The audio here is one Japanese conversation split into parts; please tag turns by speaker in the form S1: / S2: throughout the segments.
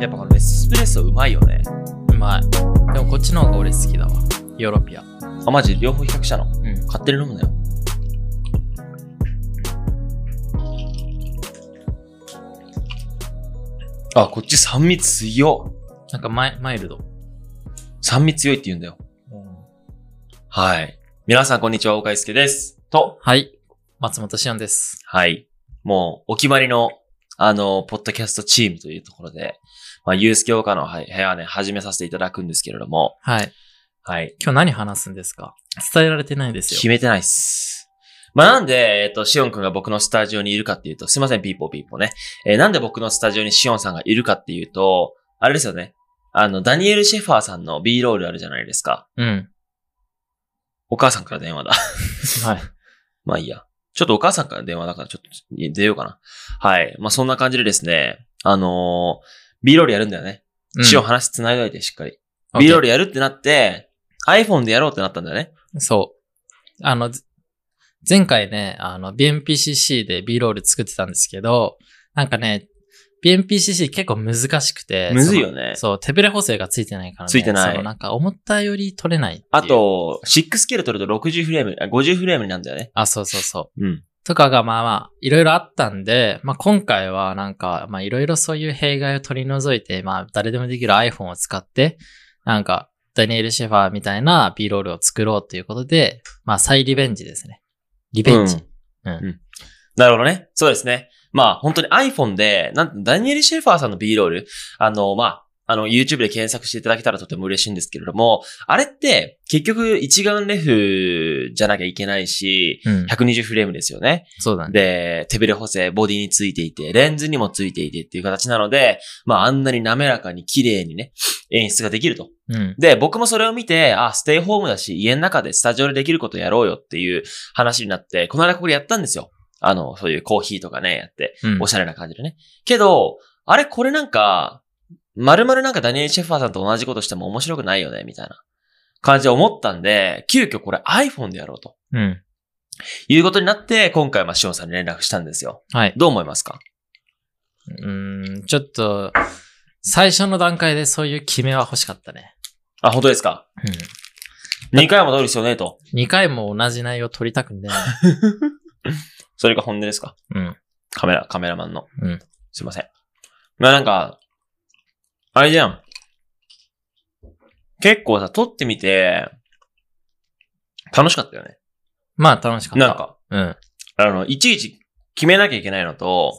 S1: やっぱこのエスプレッソうまいよね。
S2: うまい。でもこっちの方が俺好きだわ。ヨーロピア。
S1: あ、マジ両方比較したの
S2: うん。
S1: 勝手に飲むなよ。あ、こっち酸味強っ。
S2: なんかマイマイルド。
S1: 酸味強いって言うんだよ。はい。皆さんこんにちは、岡井介です。と、
S2: はい。松本志音です。
S1: はい。もう、お決まりの、あの、ポッドキャストチームというところで、まあ、ゆうすけおかのはい部屋ね、始めさせていただくんですけれども、
S2: はい。
S1: はい。
S2: 今日何話すんですか伝えられてないです
S1: 決
S2: よ。
S1: めてないっす。まあ、なんで、えっと、しおんくんが僕のスタジオにいるかっていうと、すいません、ピーポーピーポーね。えーなんで僕のスタジオにしおんさんがいるかっていうと、あれですよね。あの、ダニエル・シェファーさんの B ロールあるじゃないですか。
S2: うん。
S1: お母さんから電話だ。
S2: はい。
S1: まあいいや。ちょっとお母さんから電話だからちょっと出ようかな。はい。まあそんな感じでですね、あのー、B ロールやるんだよね。
S2: うん
S1: 一応話繋いどいてしっかり。
S2: OK
S1: B ロールやるってなって、iPhone でやろうってなったんだよね。
S2: そう。あの、ず前回ね、あの、BMPCC で B ロール作ってたんですけど、なんかね、BMPCC 結構難しくて。
S1: むずいよね
S2: そのそう、手ブレ補正がついてないからね。
S1: ついてない
S2: そのなんか思ったより取れないっていう
S1: あ、と、6K で撮ると60フレーム、あ50フレームになるんだよね。
S2: あ、そうそうそう。
S1: うん。
S2: とかがまあまあ、いろいろあったんで、まあ今回はなんか、まあいろいろそういう弊害を取り除いて、まあ誰でもできる iPhone を使って、なんか、ダニエル・シェファーみたいな B ロールを作ろうということで、まあ再リベンジですね。リベンジ。うん。
S1: んなるほどね。そうですね。まあ本当に iPhone で、なんダニエル・シェファーさんの B ロール、あの、まあ、あの、YouTube で検索していただけたらとても嬉しいんですけれども、あれって、結局一眼レフじゃなきゃいけないし、
S2: うん。
S1: 120フレームですよね。
S2: そうだね。
S1: で、手ぶれ補正、ボディについていて、レンズにもついていてっていう形なので、まああんなに滑らかに綺麗にね、演出ができると。
S2: うん。
S1: で、僕もそれを見て、あ、ステイホームだし、家の中でスタジオでできることやろうよっていう話になって、この間これやったんですよ。あの、そういうコーヒーとかね、やって、
S2: うん
S1: おしゃれな感じでね。けど、あれこれなんか、まるまるなんかダニエル・シェファーさんと同じことしても面白くないよね、みたいな感じで思ったんで、急遽これ iPhone でやろうと。
S2: うん。
S1: いうことになって、今回、まあ、しおんさんに連絡したんですよ。
S2: はい。
S1: どう思いますか
S2: うん、ちょっと、最初の段階でそういう決めは欲しかったね。
S1: あ、本当ですか
S2: うん。
S1: ?2 回も通る必要ねえと。
S2: 2回も同じ内容取りたくね
S1: それが本音ですか
S2: え。うん。
S1: カメラ、カメラマンの。
S2: うん。
S1: すいません。まあ、なんか、あれじゃん。結構さ、撮ってみて、楽しかったよね。
S2: まあ楽しかった。
S1: なんか、
S2: うん。
S1: あの、いちいち決めなきゃいけないのと、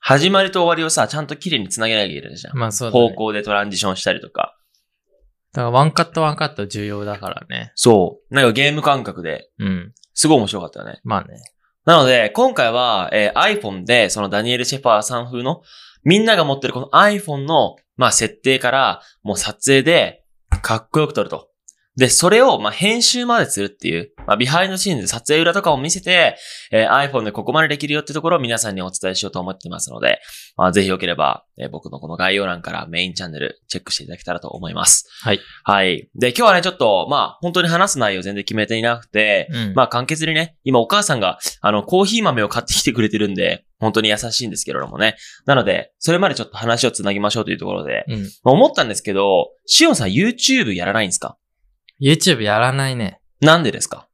S1: 始まりと終わりをさ、ちゃんと綺麗に繋げなきゃいけないじゃん。
S2: まあそうだ、ね。
S1: 方向でトランジションしたりとか。
S2: だからワンカットワンカット重要だからね。
S1: そう。なんかゲーム感覚で、
S2: うん。
S1: すごい面白かったよね。
S2: まあね。
S1: なので、今回は、えー iPhone で、そのダニエル・シェファーさん風の、みんなが持ってるこの iPhone の、まあ、設定から、もう撮影で、かっこよく撮ると。で、それを、まあ、編集までするっていう、まあ、ビハインドシーンで撮影裏とかを見せて、えー iPhone でここまでできるよってところを皆さんにお伝えしようと思ってますので、まあ、ぜひよければ、えー僕のこの概要欄からメインチャンネルチェックしていただけたらと思います。
S2: はい。
S1: はい。で、今日はね、ちょっと、まあ、本当に話す内容全然決めていなくて、
S2: うん。
S1: ま
S2: まあ、
S1: あ簡潔にね、今お母さんが、あの、コーヒー豆を買ってきてくれてるんで、本当に優しいんですけれどもね。なので、それまでちょっと話をつなぎましょうというところで、
S2: うん。
S1: まあ思ったんですけど、しおんさん YouTube やらないんですか
S2: YouTube やらないね。
S1: なんでですか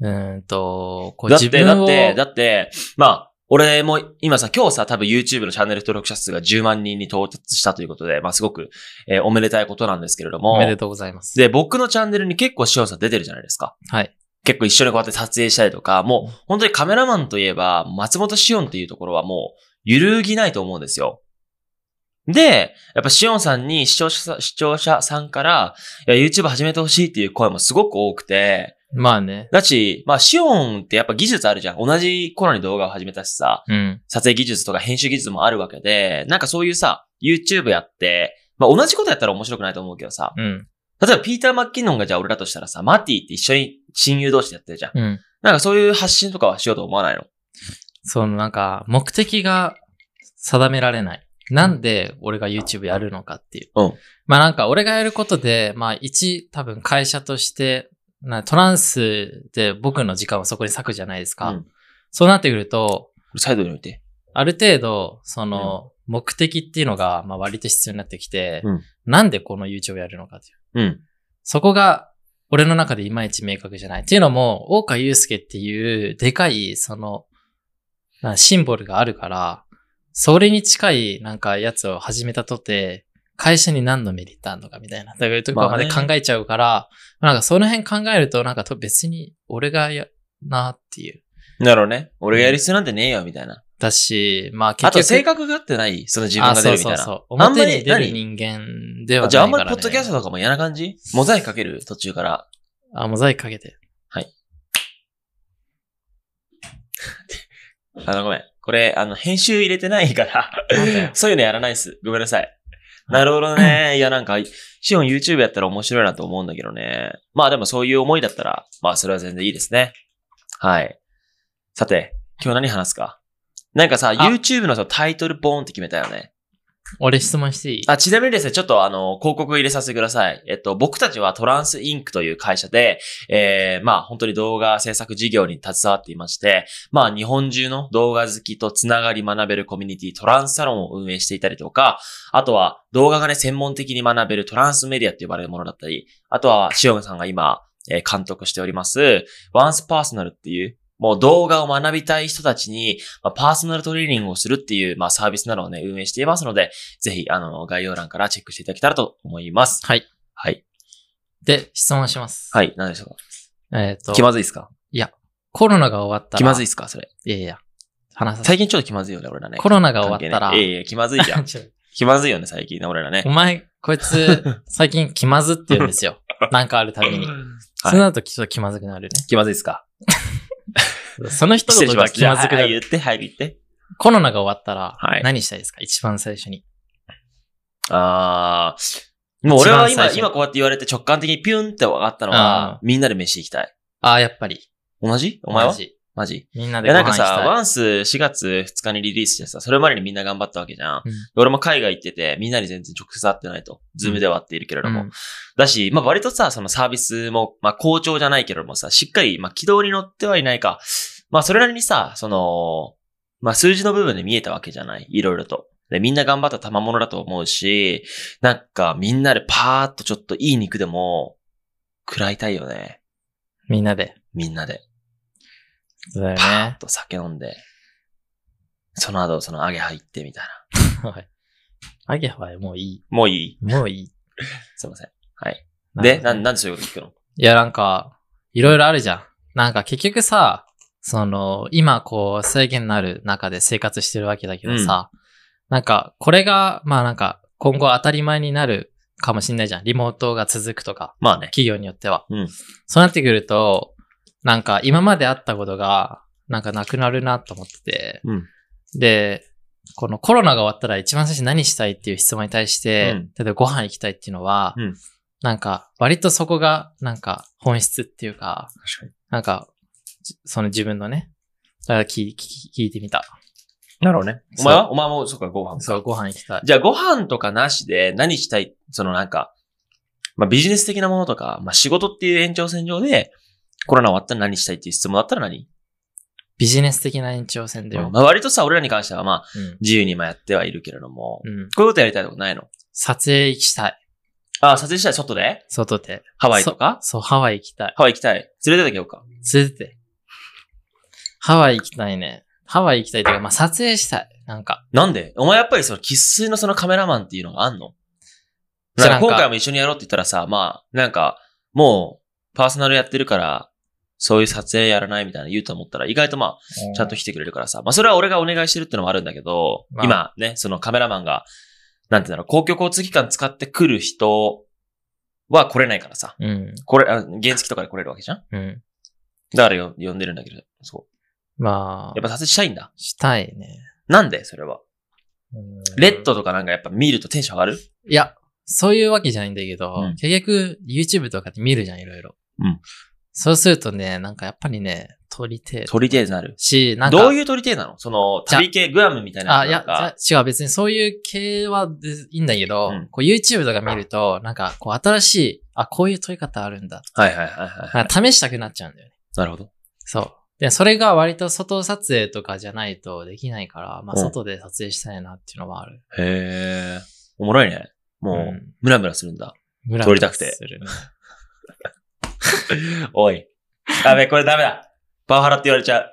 S2: うーんと、こう
S1: だっ
S2: 自
S1: て、
S2: 分
S1: だ
S2: を。
S1: って、だって、まあ、俺も今さ、今日さ、多分 YouTube のチャンネル登録者数が10万人に到達したということで、まあすごく、えーおめでたいことなんですけれども。
S2: おめでとうございます。
S1: で、僕のチャンネルに結構しおんさん出てるじゃないですか。
S2: はい。
S1: 結構一緒にこうやって撮影したりとか、もう本当にカメラマンといえば、松本しおんっていうところはもう揺るぎないと思うんですよ。で、やっぱしおんさんに視聴者さ視聴者さんから、いや、YouTube 始めてほしいっていう声もすごく多くて、
S2: まあね。
S1: だし、まあしおんってやっぱ技術あるじゃん。同じ頃に動画を始めたしさ、
S2: うん。
S1: 撮影技術とか編集技術もあるわけで、なんかそういうさ、YouTube やって、まあ同じことやったら面白くないと思うけどさ、
S2: うん。
S1: 例えばピーター・マッキンノンがじゃあ俺だとしたらさ、マティって一緒に親友同士でやってるじゃん。
S2: うん。
S1: なんかそういう発信とかはしようと思わないの
S2: そのなんか、目的が定められない。なんで俺が YouTube やるのかっていう。
S1: うん
S2: まあなんか俺がやることで、まあ一、多分会社として、なトランスで僕の時間をそこに割くじゃないですか。
S1: うん
S2: そうなってくると、
S1: サイドに置いて。
S2: ある程度、その、目的っていうのが、まあ割と必要になってきて、
S1: うん
S2: なんでこの YouTube やるのかっていう。
S1: うん。
S2: そこが、俺の中でいまいち明確じゃない。っていうのも、大川祐介っていう、でかい、その、なシンボルがあるから、それに近い、なんか、やつを始めたとて、会社に何のメリットあるのかみたいな。だから、とこまで
S1: まあね
S2: 考えちゃうから、なんか、その辺考えると、なんか、と別に、俺がや、なっていう。
S1: なるほどね。俺がやる必要なんてねえよ、みたいな。
S2: だし、まあ、結
S1: あ
S2: 局。
S1: と、性格が合ってないその自分が出るみたい
S2: あそうそう
S1: な。
S2: そう。
S1: あんま
S2: 表
S1: り
S2: に出る人間ではないから、ね。
S1: じゃあ、あんまりポッドキャストとかも嫌な感じモザイクかける途中から。
S2: あ、モザイクかけて。
S1: あの、ごめん。これ、あの、編集入れてないから。
S2: なんだよ
S1: そういうのやらないっす。ごめんなさい。なるほどね。いや、なんか、シオン YouTube やったら面白いなと思うんだけどね。まあでもそういう思いだったら、まあそれは全然いいですね。はい。さて、今日何話すかなんかさ、YouTube のさタイトルボーンって決めたよね。
S2: 俺質問していい
S1: あ、ちなみにですね、ちょっとあの、広告入れさせてください。えっと、僕たちはトランスインクという会社で、えー、まあ、本当に動画制作事業に携わっていまして、まあ、日本中の動画好きとつながり学べるコミュニティ、トランスサロンを運営していたりとか、あとは動画がね、専門的に学べるトランスメディアって呼ばれるものだったり、あとは、塩見さんが今、えー監督しております、ワンスパーソナルっていう、もう動画を学びたい人たちに、まあ、パーソナルトレーニングをするっていう、まあ、サービスなどをね、運営していますので、ぜひ、あの、概要欄からチェックしていただけたらと思います。
S2: はい。
S1: はい。
S2: で、質問します。
S1: はい。何でしょう
S2: えっ、
S1: か
S2: と
S1: 気、まずいですか
S2: コロナが終わったら。
S1: 気まずい
S2: い。
S1: ですかそれ。
S2: いやいや。話させ
S1: 最近ちょっと気まずいよね、俺らね。
S2: コロナが終わったら
S1: 関係ないいやいや、気まずい じゃん。
S2: ちょ
S1: 気まずいよね、最近ね、俺らね
S2: お。前、こい つ、最近気まずって言うんですよ。なんかあるたびに。
S1: はい
S2: そうなるとちょっと気まずくなる
S1: 気まずいですか
S2: ね。その人
S1: 失礼し
S2: のと
S1: ま
S2: が
S1: す。
S2: 気まず
S1: じ
S2: く
S1: ゃあ
S2: な
S1: はい言
S2: る。
S1: って、はい、言って。
S2: コロナが終わったら
S1: はい、
S2: 何したいですか一番最初に。
S1: あー。もう俺は
S2: 一番最
S1: 今、今
S2: 初
S1: こうやって言われて直感的にピュンって分かったのは
S2: あ、
S1: みんなで飯行きたい。
S2: ああ、やっぱり。
S1: 同じお前は
S2: 同じ
S1: マジ
S2: みんないで
S1: や
S2: ご
S1: なんか
S2: 飯し
S1: さ、
S2: たい。
S1: ワンス4月2日にリリースしてさ、それまでにみんな頑張ったわけじゃん。
S2: うん
S1: 俺も海外行ってて、みんなに全然直接会ってないと。ズームでは会っているけれども。
S2: うん
S1: だし、まあ割とさ、そのサービスも、まあ好調じゃないけれどもさ、しっかり、まあ軌道に乗ってはいないか。まあそれなりにさ、その、まあ数字の部分で見えたわけじゃない。いろいろと。で、みんな頑張った賜物だと思うし、なんかみんなでパーっとちょっといい肉でも、食らいたいよね。
S2: みんなで。
S1: みんなで。
S2: そうだよ
S1: パー
S2: ね
S1: ッ。と酒飲んで、その後その揚げ入ってみたいな。
S2: はい。アゲハはもうい
S1: もういい
S2: い。もういい。
S1: すいません。はい。で、な、
S2: なん
S1: なんでそういうこと聞くの
S2: いや、なんか、いろいろあるじゃん。なんか結局さ、その、今こう制限のある中で生活してるわけだけどさ、なんかこれが、まあなんか今後当たり前になるかもしんないじゃん。リモートが続くとか、
S1: まあね。
S2: 企業によっては。
S1: うん
S2: そうなってくると、なんか今まであったことが、なんかなくなるなと思ってて、
S1: うん
S2: で、このコロナが終わったら一番最初に何したいっていう質問に対して、
S1: うん
S2: 例えばご飯行きたいっていうのは、
S1: うん
S2: なんか割とそこがなんか本質っていうか、
S1: 確かに。
S2: なんかじその自分のね、だから聞い聞い聞いてみた。
S1: なるほどね。お
S2: そう
S1: 前はお前も、そうか、ご飯。
S2: そう、ご飯行きたい。
S1: じゃあ、ご飯とかなしで何したいそのなんか、まあビジネス的なものとか、まあ仕事っていう延長線上で、コロナ終わったら何したいっていう質問だったら何
S2: ビジネス的な延長線で
S1: ま
S2: よ。
S1: あ割とさ、俺らに関してはまあ
S2: うん
S1: 自由に今やってはいるけれども、
S2: うん、
S1: こういうことやりたいとかないの
S2: 撮影行きたい。
S1: ああ、撮影したい外で
S2: 外で。
S1: ハワイとか
S2: そう、ハワイ行きたい。
S1: ハワイ行きたい。連れてってあげようか。
S2: 連れてって。ハワイ行きたいね。ハワイ行きたいというか、まあ、撮影したい。なんか。
S1: なんでお前やっぱりその喫水のそのカメラマンっていうのがあんの
S2: じゃあ
S1: なんか
S2: なんか
S1: 今回も一緒にやろうって言ったらさ、まあ、なんか、もう、パーソナルやってるから、そういう撮影やらないみたいな言うと思ったら、意外とまあ、ちゃんと来てくれるからさ、まあそれは俺がお願いしてるってのもあるんだけど、
S2: まあ
S1: 今ね、そのカメラマンが、なんていうんだろう、公共交通機関使ってくる人は来れないからさ、
S2: うん。
S1: これ、あ原付とかで来れるわけじゃん
S2: うん。
S1: だからよ呼んでるんだけど、そう。
S2: ま
S1: やっぱ撮
S2: あ、
S1: 影したいんだ。
S2: したいね。
S1: なんでそれは。
S2: うん
S1: レッドとかなんかやっぱ見るとテンション上がる
S2: いや、そういうわけじゃないんだけど、
S1: うん
S2: 結局 YouTube とかで見るじゃん、いろいろ。
S1: うん。
S2: そうするとね、なんかやっぱりね、撮りてえ
S1: 撮りてえになる。
S2: し、なんか、
S1: どういう取り手なのその、
S2: じゃ
S1: 旅系グアムみたいな
S2: あ、い
S1: や
S2: や
S1: つなのか。、
S2: じゃ違う、別にそういう系はでいいんだけど、
S1: うん
S2: こう YouTube とか見ると、なんか、こう新しい、あ、こういう撮り方あるんだ。
S1: はいはいはいはい。
S2: なんか試したくなっちゃうんだよね。
S1: なるほど。
S2: そう。で、それが割と外撮影とかじゃないとできないから、まあ
S1: うん
S2: 外で撮影したいなっていうのはある。
S1: へえ。おもろいね。もう、
S2: ん
S1: ムラムラするんだ。
S2: ムラムラ
S1: 撮りたくて
S2: するね
S1: おい。ダメ、これダメだ。パワハラって言われちゃう。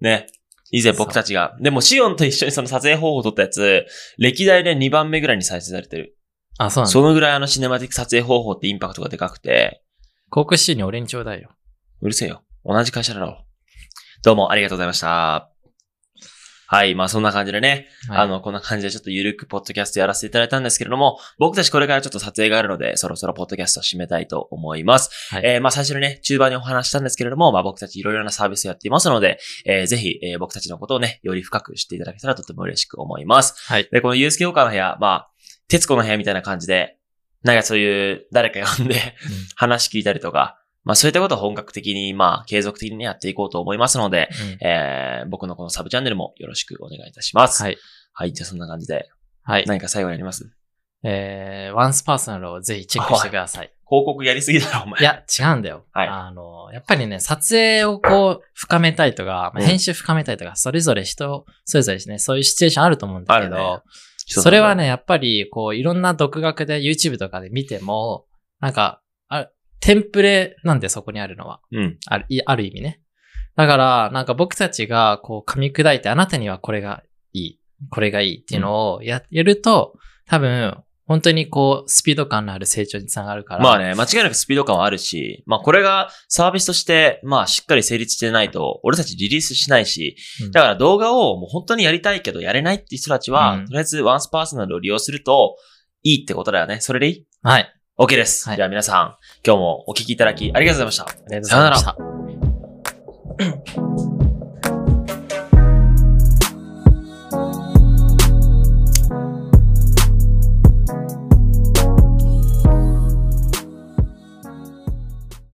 S1: ね。以前僕たちが。でも、シオンと一緒にその撮影方法を撮ったやつ、歴代で2番目ぐらいに再生されてる。
S2: あ、そうなんだ。
S1: そのぐらいあのシネマティック撮影方法ってインパクトがでかくて、
S2: 航空シーンに俺にちょうだいよ。
S1: うるせえよ。同じ会社だろう。どうもありがとうございました。はい。まあ、そんな感じでね。
S2: はい
S1: あの、こんな感じでちょっとゆるくポッドキャストやらせていただいたんですけれども、僕たちこれからちょっと撮影があるので、そろそろポッドキャストを締めたいと思います。
S2: はい
S1: えーまあ最初にね、中盤にお話ししたんですけれども、まあ僕たちいろいろなサービスをやっていますので、えーぜひ、えー僕たちのことをね、より深く知っていただけたらとても嬉しく思います。
S2: はい。
S1: で、このゆうすけおかの部屋、まあ、徹子の部屋みたいな感じで、なんかそういう誰か呼んで、 話聞いたりとか、まあそういったことを本格的に、まあ継続的にねやっていこうと思いますので、
S2: うん
S1: えー僕のこのサブチャンネルもよろしくお願いいたします。
S2: はい。
S1: はい、じゃあそんな感じで、
S2: はい。
S1: 何か最後にあります
S2: えー、ワンスパーソナルをぜひチェックしてください。
S1: 広告やりすぎだろ、お前。
S2: いや、違うんだよ。
S1: はい
S2: あの、やっぱりね、撮影をこう、深めたいとか、ま
S1: う
S2: あ
S1: ん
S2: 編集深めたいとか、それぞれ人、それぞれですね、そういうシチュエーションあると思うんだけど、
S1: あるね
S2: それはね、やっぱり、こう、いろんな独学で YouTube とかで見ても、なんか、あテンプレなんで、そこにあるのは。
S1: うん。
S2: あるいある意味ね。だから、なんか僕たちがこう噛み砕いて、あなたにはこれがいい、これがいいっていうのをや,、やると、多分、本当にこう、スピード感のある成長につながるから。
S1: まあね、間違いなくスピード感はあるし、まあこれがサービスとして、まあしっかり成立してないと、俺たちリリースしないし、
S2: うん
S1: だから動画をもう本当にやりたいけどやれないって人たちは、
S2: うん
S1: とりあえずワンスパーソナルを利用するといいってことだよね。それでいい
S2: はい。あ
S1: ?OK です。
S2: はい
S1: じゃあ皆さん、今日もお聞きいただきありがとうございました。
S2: りがとうご
S1: さよ
S2: ざ
S1: ない
S2: ま
S1: ら
S2: し。た。